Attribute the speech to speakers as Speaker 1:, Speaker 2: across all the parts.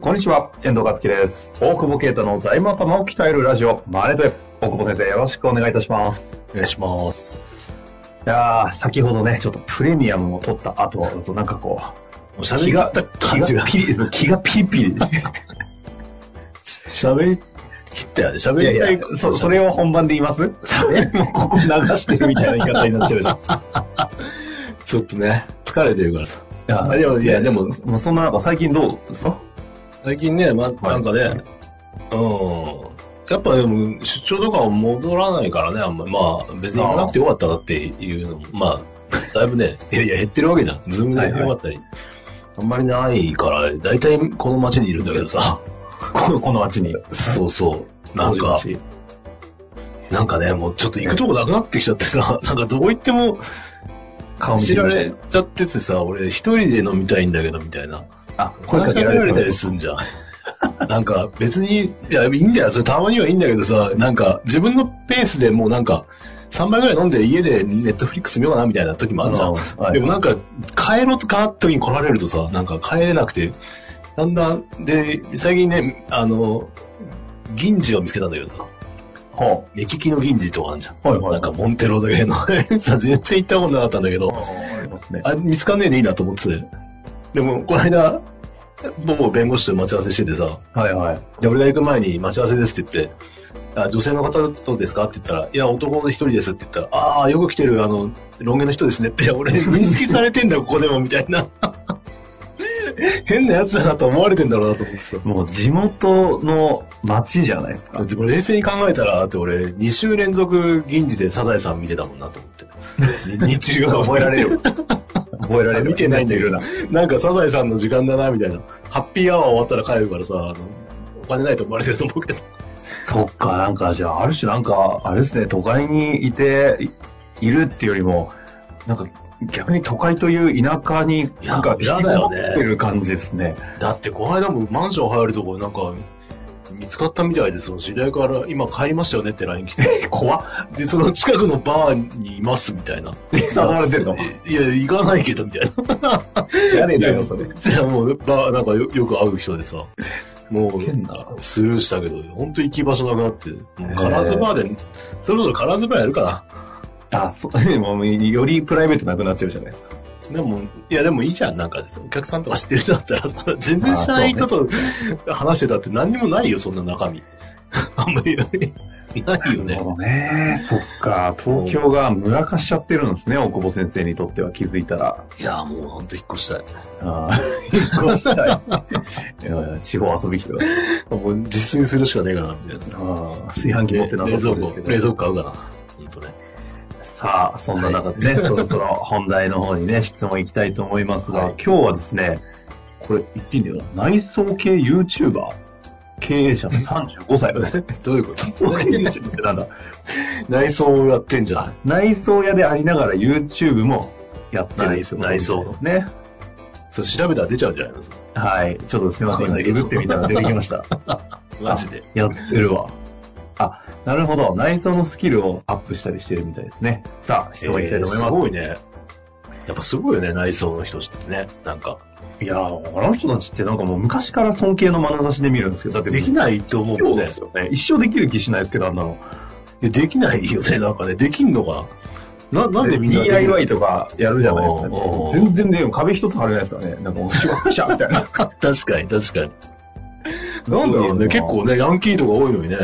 Speaker 1: こんにちは、遠藤和樹です。大久保啓太の財務頭を鍛えるラジオ、マネトレ。大久保先生、よろしくお願いいたします。
Speaker 2: お願いします。
Speaker 1: いやー、先ほどね、ちょっとプレミアムを取った後だと、なんかこ
Speaker 2: おし
Speaker 1: う、
Speaker 2: ゃべりだった感
Speaker 1: 気
Speaker 2: じが
Speaker 1: が。ピリ、そう気がピリピリ。
Speaker 2: しゃべり切ったよね。しゃ
Speaker 1: い
Speaker 2: べ
Speaker 1: やい
Speaker 2: りたい
Speaker 1: や、そ、それを本番で言いますもうここ流してるみたいな言い方になっちゃうじゃん。い
Speaker 2: ちょっとね、疲れてるからさ。
Speaker 1: や、でも、いや、でも、もうそんななんか最近どうですか
Speaker 2: 最近ね、ま、なんかね、うん。やっぱでも、出張とかは戻らないからね、あんまり。まあ、別に行かなくてよかったなっていうのも、まあ、だいぶね、いやいや、減ってるわけじゃん。ズームでよかったり。あんまりないから、だいたいこの街にいるんだけどさ。
Speaker 1: この、この街に。
Speaker 2: そうそう。なんか、なんかね、もうちょっと行くとこなくなってきちゃってさ、なんかどこ行っても、
Speaker 1: 顔見て
Speaker 2: 知られちゃっててさ、俺一人で飲みたいんだけどみたいな。
Speaker 1: あ、声
Speaker 2: 声
Speaker 1: か
Speaker 2: か
Speaker 1: け
Speaker 2: け
Speaker 1: ら
Speaker 2: ら
Speaker 1: れ
Speaker 2: れ
Speaker 1: た
Speaker 2: た
Speaker 1: り
Speaker 2: り
Speaker 1: す
Speaker 2: す んじゃん。なんか別に、いや、いいんだよ。それたまにはいいんだけどさ、なんか自分のペースでもうなんか、3杯ぐらい飲んで家でネットフリックス見ようかなみたいな時もあるじゃん。
Speaker 1: はい
Speaker 2: でもなんか、帰ろうとかって時に来られるとさ、なんか帰れなくて、だんだん、で、最近ね、あの、銀次を見つけたんだけどさ、
Speaker 1: ほ
Speaker 2: 目利きの銀次とかあるじゃん。
Speaker 1: はいはい
Speaker 2: なんかモンテロだけの、 さ、全然行ったことなかったんだけど
Speaker 1: う。、ありますね。
Speaker 2: あ、見つかんねえでいいなと思ってて。でも、この間、某弁護士と待ち合わせしててさ、
Speaker 1: はいはい。
Speaker 2: で、俺が行く前に待ち合わせですって言って、あ女性の方とですかって言ったら、いや、男の一人ですって言ったら、ああ、よく来てる、あの、ロン毛の人ですねって、いや俺、認識されてんだよ、ここでも、みたいな。 変なやつだなと思われてんだろうなと思ってさ。
Speaker 1: もう地元の街じゃないですか。
Speaker 2: でも冷静に考えたら、だって俺、2週連続銀次でサザエさん見てたもんなと思って。日中が覚えられる。
Speaker 1: 覚えられる。
Speaker 2: 見てないんだけどな。なんかサザエさんの時間だな、みたいな。ハッピーアワー終わったら帰るからさ、あの、お金ないと思われてると思うけど。
Speaker 1: そっか、なんか、じゃあ、ある種なんか、あれですね、都会にいて、いいるっていうよりも、なんか、逆に都会という田舎に、
Speaker 2: いや
Speaker 1: なんか、引き
Speaker 2: 嫌だ
Speaker 1: こも
Speaker 2: よ
Speaker 1: っ
Speaker 2: ね
Speaker 1: てる感じですね。
Speaker 2: だって、この間もマンション入るとこなんか、見つかったみたいで、その知り合いから、今帰りましたよねって LINE 来て。
Speaker 1: 怖っ。
Speaker 2: で、その近くのバーにいます、みたいな。
Speaker 1: 触られてんの
Speaker 2: いや、行かないけど、みたいな。
Speaker 1: 誰だよ、それ。
Speaker 2: いや、もう、バー、なんかよよく会う人でさ、も
Speaker 1: 変だ
Speaker 2: う、スルーしたけど、本当行き場所なくなって、もう、カラーズバーで、そろそろカラーズバーやるかな。
Speaker 1: あ、そう、もう、よりプライベートなくなっちゃうじゃないですか。
Speaker 2: でも、いやでもいいじゃん、なんか、お客さんとか知ってる人だったらさ、全然知らない人と話してたって何にもないよ、そんな中身。 あんまり、
Speaker 1: な
Speaker 2: ないよ
Speaker 1: る
Speaker 2: ね。
Speaker 1: ほどね。そっか、東京が村化しちゃってるんですね、大久保先生にとっては気づいたら。
Speaker 2: いや、もうほんと引っ越したい。
Speaker 1: ああ、引っ越した い。いやいや地方遊び来てた。
Speaker 2: もう自炊するしかねえかな、みたいな。
Speaker 1: ああ、炊飯器持ってなか
Speaker 2: 冷
Speaker 1: った
Speaker 2: 蔵
Speaker 1: んですけ
Speaker 2: 庫、
Speaker 1: ど。
Speaker 2: 冷蔵庫買うかな。ほんとね。
Speaker 1: さあ、そんな中でね、そろそろ本題の方にね、質問いきたいと思いますが、
Speaker 2: はい
Speaker 1: 今日はですね、これ言っていいんだよな。内装系 YouTuber? 経営者の35歳。
Speaker 2: どういうこ
Speaker 1: 内装系
Speaker 2: と
Speaker 1: YouTuber ってなんだ
Speaker 2: 内装をやってんじゃん。
Speaker 1: 内装屋でありながら YouTube もやってるってことみたい
Speaker 2: 内装
Speaker 1: ですね。
Speaker 2: そう、調べたら出ちゃうんじゃないのそれ
Speaker 1: はい。ちょっとすいません。今、ググってみたら出てきま した。
Speaker 2: マジで。
Speaker 1: やってるわ。あ、なるほど。内装のスキルをアップしたりしてるみたいですね。さあ、質問いきたいと思います
Speaker 2: す。ごいね。やっぱすごいよね、内装の人ってね。なんか、
Speaker 1: いやー、あの人たちってなんかもう昔から尊敬の眼差しで見るんですけど、だって
Speaker 2: できないと思う
Speaker 1: 今日
Speaker 2: もん
Speaker 1: で
Speaker 2: ね
Speaker 1: す。よね。一生できる気しないですけど、あんなの。
Speaker 2: いやできないよね、 なんかね。できんのかなななんでみんなできる
Speaker 1: DIY とかやるじゃないですか、
Speaker 2: おーおー
Speaker 1: 全然でも壁一つ貼れないですからね。なんかもう、シャシャみたいな。
Speaker 2: 確かに、確かに。
Speaker 1: な
Speaker 2: なんん
Speaker 1: だ
Speaker 2: だ
Speaker 1: ろ
Speaker 2: ろ
Speaker 1: う
Speaker 2: う
Speaker 1: ね
Speaker 2: ね。結構ね、ヤンキーとか多いのにね。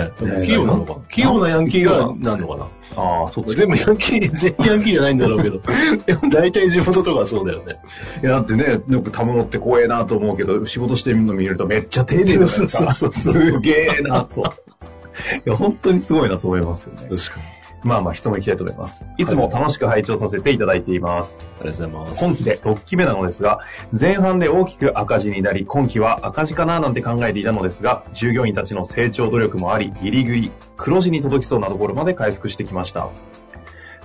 Speaker 2: 器用なのかな器用なヤンキーがなんのかな
Speaker 1: ああ、そっか。
Speaker 2: 全部ヤンキー、全員ヤンキーじゃないんだろう けど。でも大体地元とかはそうだよね。
Speaker 1: いや、だってね、よく玉乗って怖えなと思うけど、仕事してるの見るとめっちゃ丁寧じゃないですか。
Speaker 2: そうそうそうそう
Speaker 1: すげえなと。いや、本当にすごいなと思いますよね。
Speaker 2: 確か
Speaker 1: まあまあ質問いきたいと思います。いつも楽しく拝聴させていただいています。
Speaker 2: ありがとうございます。
Speaker 1: 今期で6期目なのですが、前半で大きく赤字になり、今期は赤字かななんて考えていたのですが、従業員たちの成長努力もあり、ギリギリ黒字に届きそうなところまで回復してきました。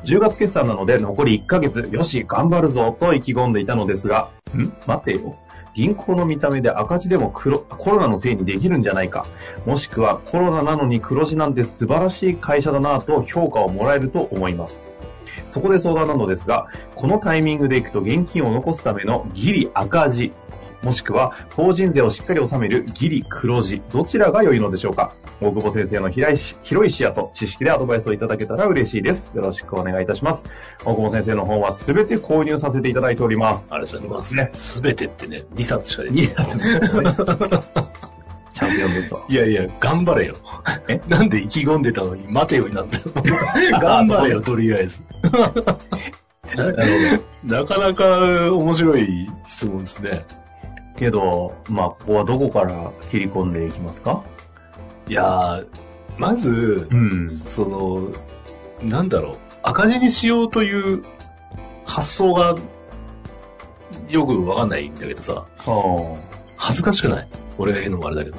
Speaker 1: 10月決算なので残り1ヶ月、よし、頑張るぞと意気込んでいたのですが、ん待てよ。銀行の見た目で赤字でも黒コロナのせいにできるんじゃないか。もしくはコロナなのに黒字なんて素晴らしい会社だなぁと評価をもらえると思います。そこで相談なのですが、このタイミングでいくと現金を残すためのギリ赤字、もしくは法人税をしっかり納めるギリ黒字、どちらが良いのでしょうか大久保先生の広い広い視野と知識でアドバイスをいただけたら嬉しいです。よろしくお願いいたします。大久保先生の本は全て購入させていただいております。
Speaker 2: ありがとうござい
Speaker 1: ね
Speaker 2: ます。すべてってね、2冊しか出て
Speaker 1: い
Speaker 2: ない。
Speaker 1: や、ちゃん と読んでるぞ。
Speaker 2: いやいや、頑張れよ。
Speaker 1: え
Speaker 2: なんで意気込んでたのに、待てよにな ったの頑張れよ、とりあえず。なかなか面白い質問ですね。
Speaker 1: けど、まあ、ここはどこから切り込んでいきますか
Speaker 2: いやー、まず、
Speaker 1: ん
Speaker 2: その、なんだろう、赤字にしようという発想がよくわかんないんだけどさ、
Speaker 1: は
Speaker 2: 恥ずかしくない俺が言うのもあれだけど。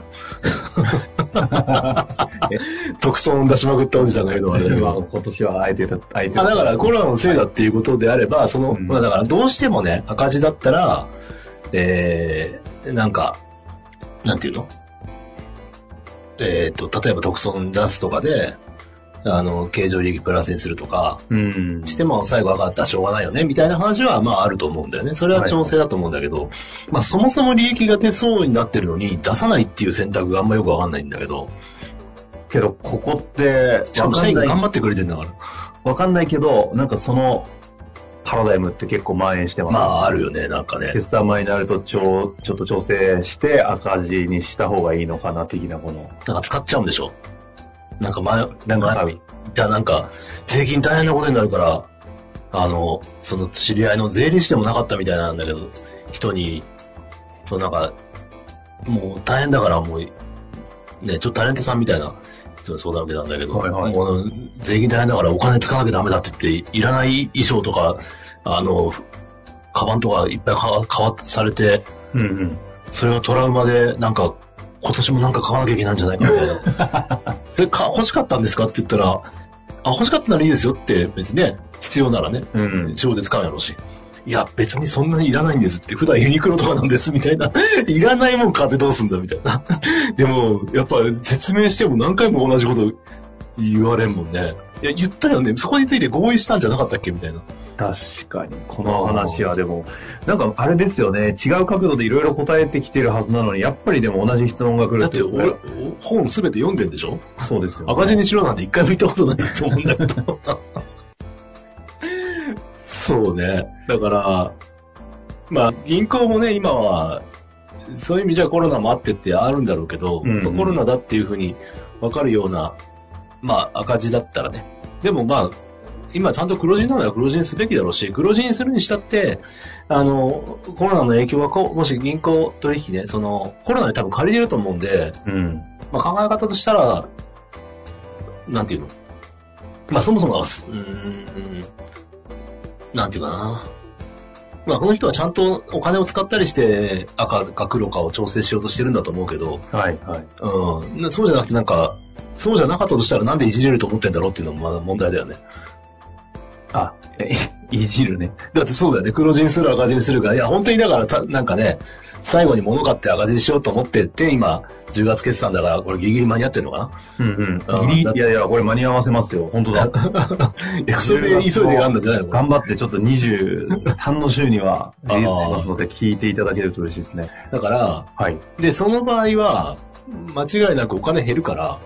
Speaker 2: 特損出しまくったおじさんが言うのもあれだけど。
Speaker 1: 今年はあえてだ、あえて
Speaker 2: まあだからコロナのせいだっていうことであれば、その、
Speaker 1: うん
Speaker 2: まあだからどうしてもね、赤字だったら、えー、なんか、なんていうのえー、と、例えば特損出すとかで、あの、経常利益プラスにするとか、
Speaker 1: うん。
Speaker 2: しても最後上がったらしょうがないよね、みたいな話はまああると思うんだよね。それは調整だと思うんだけど、まあそもそも利益が出そうになってるのに出さないっていう選択があんまよくわかんないんだけど、
Speaker 1: けど、ここって、
Speaker 2: しか
Speaker 1: わ
Speaker 2: も
Speaker 1: か
Speaker 2: 最
Speaker 1: ん
Speaker 2: 後
Speaker 1: ない
Speaker 2: 頑、張ってくれてんだから。
Speaker 1: わかんないけど、なんかその、パラダイムって結構蔓延してます。
Speaker 2: まああるよね、なんかね。
Speaker 1: 決算前になるとちょ、ちょっと調整して赤字にした方がいいのかな、的なこの。
Speaker 2: なんか使っちゃうんでしょなんか前、なんか
Speaker 1: は
Speaker 2: 前、だなんか、税金大変なことになるから、あの、その知り合いの税理士でもなかったみたいなんだけど、人に、そうなんか、もう大変だからもう、ね、ちょっとタレントさんみたいな人に相談を受けたんだけど、
Speaker 1: はいはい
Speaker 2: もう税金大変だからお金使わなきゃダメだって言って、いらない衣装とか、あの、カバンとかいっぱい買わ買わされて、
Speaker 1: うんうん。
Speaker 2: それがトラウマで、なんか、今年もなんか買わなきゃいけないんじゃないかみたいな。それか、欲しかったんですかって言ったら、あ、欲しかったならいいですよって、別にね、必要ならね、
Speaker 1: うん。
Speaker 2: 地方で使うやろうし。いや、別にそんなにいらないんですって、普段ユニクロとかなんですみたいな。 いらないもん買ってどうすんだみたいな。 でも、やっぱ説明しても何回も同じこと言われんもんね。いや、言ったよね。そこについて合意したんじゃなかったっけみたいな。
Speaker 1: 確かに。この話はでも、なんかあれですよね、違う角度でいろいろ答えてきてるはずなのに、やっぱりでも同じ質問が来る
Speaker 2: だって、
Speaker 1: いうことは
Speaker 2: 俺、本すべて読んでんでしょ
Speaker 1: そうですよ、ね。
Speaker 2: 赤字にしろなんて一回も言ったことないと思うんだけど。そうね。だから、まあ、銀行もね、今は、そういう意味じゃコロナもあってってあるんだろうけど、
Speaker 1: うんうん
Speaker 2: コロナだっていうふうに分かるような、まあ、赤字だったらね。でもまあ、今ちゃんと黒字なのは黒字にすべきだろうし、黒字にするにしたって、あの、コロナの影響はこう、もし銀行取引ね、その、コロナに多分借りてると思うんで、
Speaker 1: うん。
Speaker 2: まあ、考え方としたら、なんていうのまあ、そもそもは、すうーん、なんていうかな。まあ、この人はちゃんとお金を使ったりして、赤か黒かを調整しようとしてるんだと思うけど、
Speaker 1: はい、はい。
Speaker 2: うん、なそうじゃなくてなんか、そうじゃなかったとしたらなんでいじれると思ってんだろうっていうのもまだ問題だよね。
Speaker 1: あ、え、いじるね。
Speaker 2: だってそうだよね。黒字にする赤字にするから。いや、本当にだからた、なんかね、最後に物買って赤字にしようと思ってって、今、10月決算だから、これギリギリ間に合ってるのかな
Speaker 1: うん
Speaker 2: あ
Speaker 1: うん。ギ
Speaker 2: だ
Speaker 1: リいやいや、これ間に合わせますよ。本当だ。
Speaker 2: い や、それで急いでやんだんじゃないの
Speaker 1: 頑張って、ちょっと23の週にはリリースしますので、聞いていただけると嬉しいですね。
Speaker 2: だから、
Speaker 1: はい。
Speaker 2: で、その場合は、間違いなくお金減るから、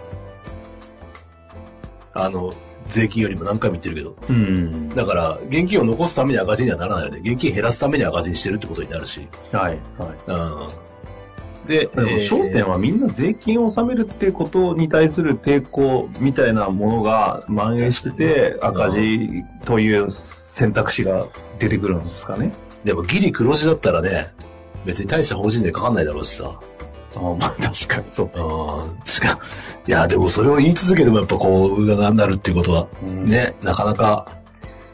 Speaker 2: あの、税金よりも何回も言ってるけど、
Speaker 1: うん。
Speaker 2: だから、現金を残すために赤字にはならないよね。現金減らすために赤字にしてるってことになるし。
Speaker 1: はい。はい。
Speaker 2: うん。で、
Speaker 1: でも
Speaker 2: えー
Speaker 1: 焦点はみんな税金を納めるってことに対する抵抗みたいなものが蔓延して
Speaker 2: 確か
Speaker 1: 赤
Speaker 2: に
Speaker 1: 字という選択肢が出てくるんですかね。
Speaker 2: でもギリ黒字だったらね、別に大した法人税かかんないだろうしさ。
Speaker 1: あまあ確かにそう。
Speaker 2: うん、しか、いや、でもそれを言い続けてもやっぱこう、上がなるっていうことは、
Speaker 1: うん
Speaker 2: ね、なかなか、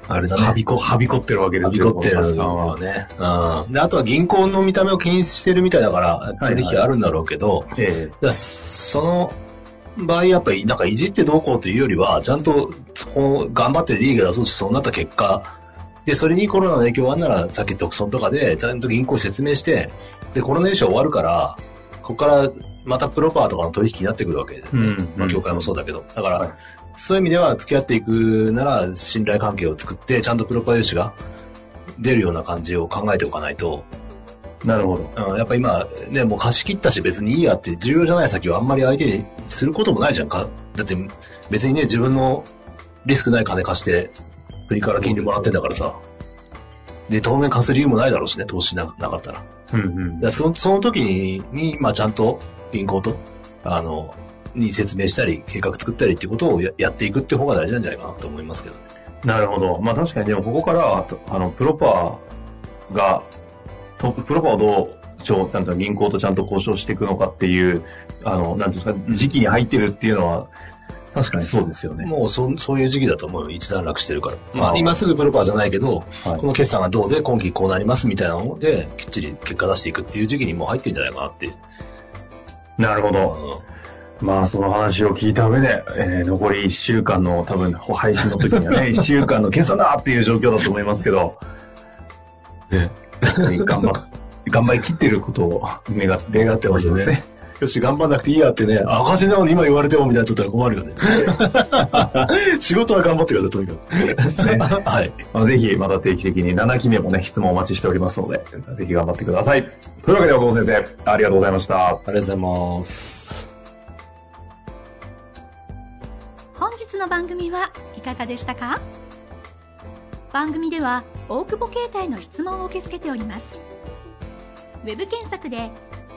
Speaker 2: あれだね。
Speaker 1: はびこ、はびこってるわけで
Speaker 2: は
Speaker 1: す
Speaker 2: び
Speaker 1: よ。
Speaker 2: こってる
Speaker 1: この
Speaker 2: の
Speaker 1: は
Speaker 2: は。ね。うん。で、あとは銀行の見た目を気にしてるみたいだから、
Speaker 1: いはい
Speaker 2: 取引あるんだろうけど、
Speaker 1: え
Speaker 2: だからその場合、やっぱり、なんかいじってどうこうというよりは、ちゃんと、こう、頑張ってリーグがそうしそうなった結果、で、それにコロナの影響があるなら、さっき特損とかで、ちゃんと銀行に説明して、で、コロナ融資は終わるから、ここから、またプロパーとかの取引になってくるわけで、ね
Speaker 1: うんうん
Speaker 2: まあ、業界もそうだけど。だか
Speaker 1: え
Speaker 2: ら、
Speaker 1: はい
Speaker 2: そういう意味では付き合っていくなら信頼関係を作ってちゃんとプロパイル氏が出るような感じを考えておかないと、
Speaker 1: なるほど。
Speaker 2: うん、やっぱ今ね、もう貸し切ったし別にいいやって重要じゃない先をあんまり相手にすることもないじゃんか。だって別にね、自分のリスクない金貸して国から金利もらってんだからさ。で、当面貸す理由もないだろうしね、投資ななかったら。
Speaker 1: うん
Speaker 2: だからそのその時に、にまあ、ちゃんと銀行と、あの、に説明したり、計画作ったりってことをややっていくって方が大事なんじゃないかなと思いますけどね。
Speaker 1: うん。なるほど。まあ確かにでもここからは、とあの、プロパーが、トッププロパーをどう、ちょちゃんと銀行とちゃんと交渉していくのかっていう、あの、なんていうんですか、時期に入ってるっていうのは、確かにそうですよね。
Speaker 2: もうそ、そういう時期だと思うよ。一段落してるから。
Speaker 1: あ
Speaker 2: ま
Speaker 1: あ
Speaker 2: あ、今すぐプロパーじゃないけど、
Speaker 1: はい
Speaker 2: この決算がどうで、今期こうなりますみたいなので、きっちり結果出していくっていう時期にもう入ってるんじゃないかなって。
Speaker 1: なるほど。
Speaker 2: う
Speaker 1: まあ、その話を聞いた上で、えー残り1週間の、多分、配信の時には ね、1週間の今朝だっていう状況だと思いますけど、
Speaker 2: ん。ね。
Speaker 1: 頑張っ、頑張り切ってることを願って、願ってますね。
Speaker 2: よし、頑張んなくていいやってね、赤字なのに今言われてもみたいになっちゃったら困るよね。 仕事は頑張ってください、とにかく。
Speaker 1: ですね
Speaker 2: はい。
Speaker 1: まあ、ぜひ、また定期的に7期目もね、質問お待ちしておりますので、ぜひ頑張ってください。というわけで、岡本先生、ありがとうございました。
Speaker 2: ありがとうございます。
Speaker 3: 本日の番組はいかがでしたか番組では大久保携帯の質問を受け付けておりますウェブ検索で「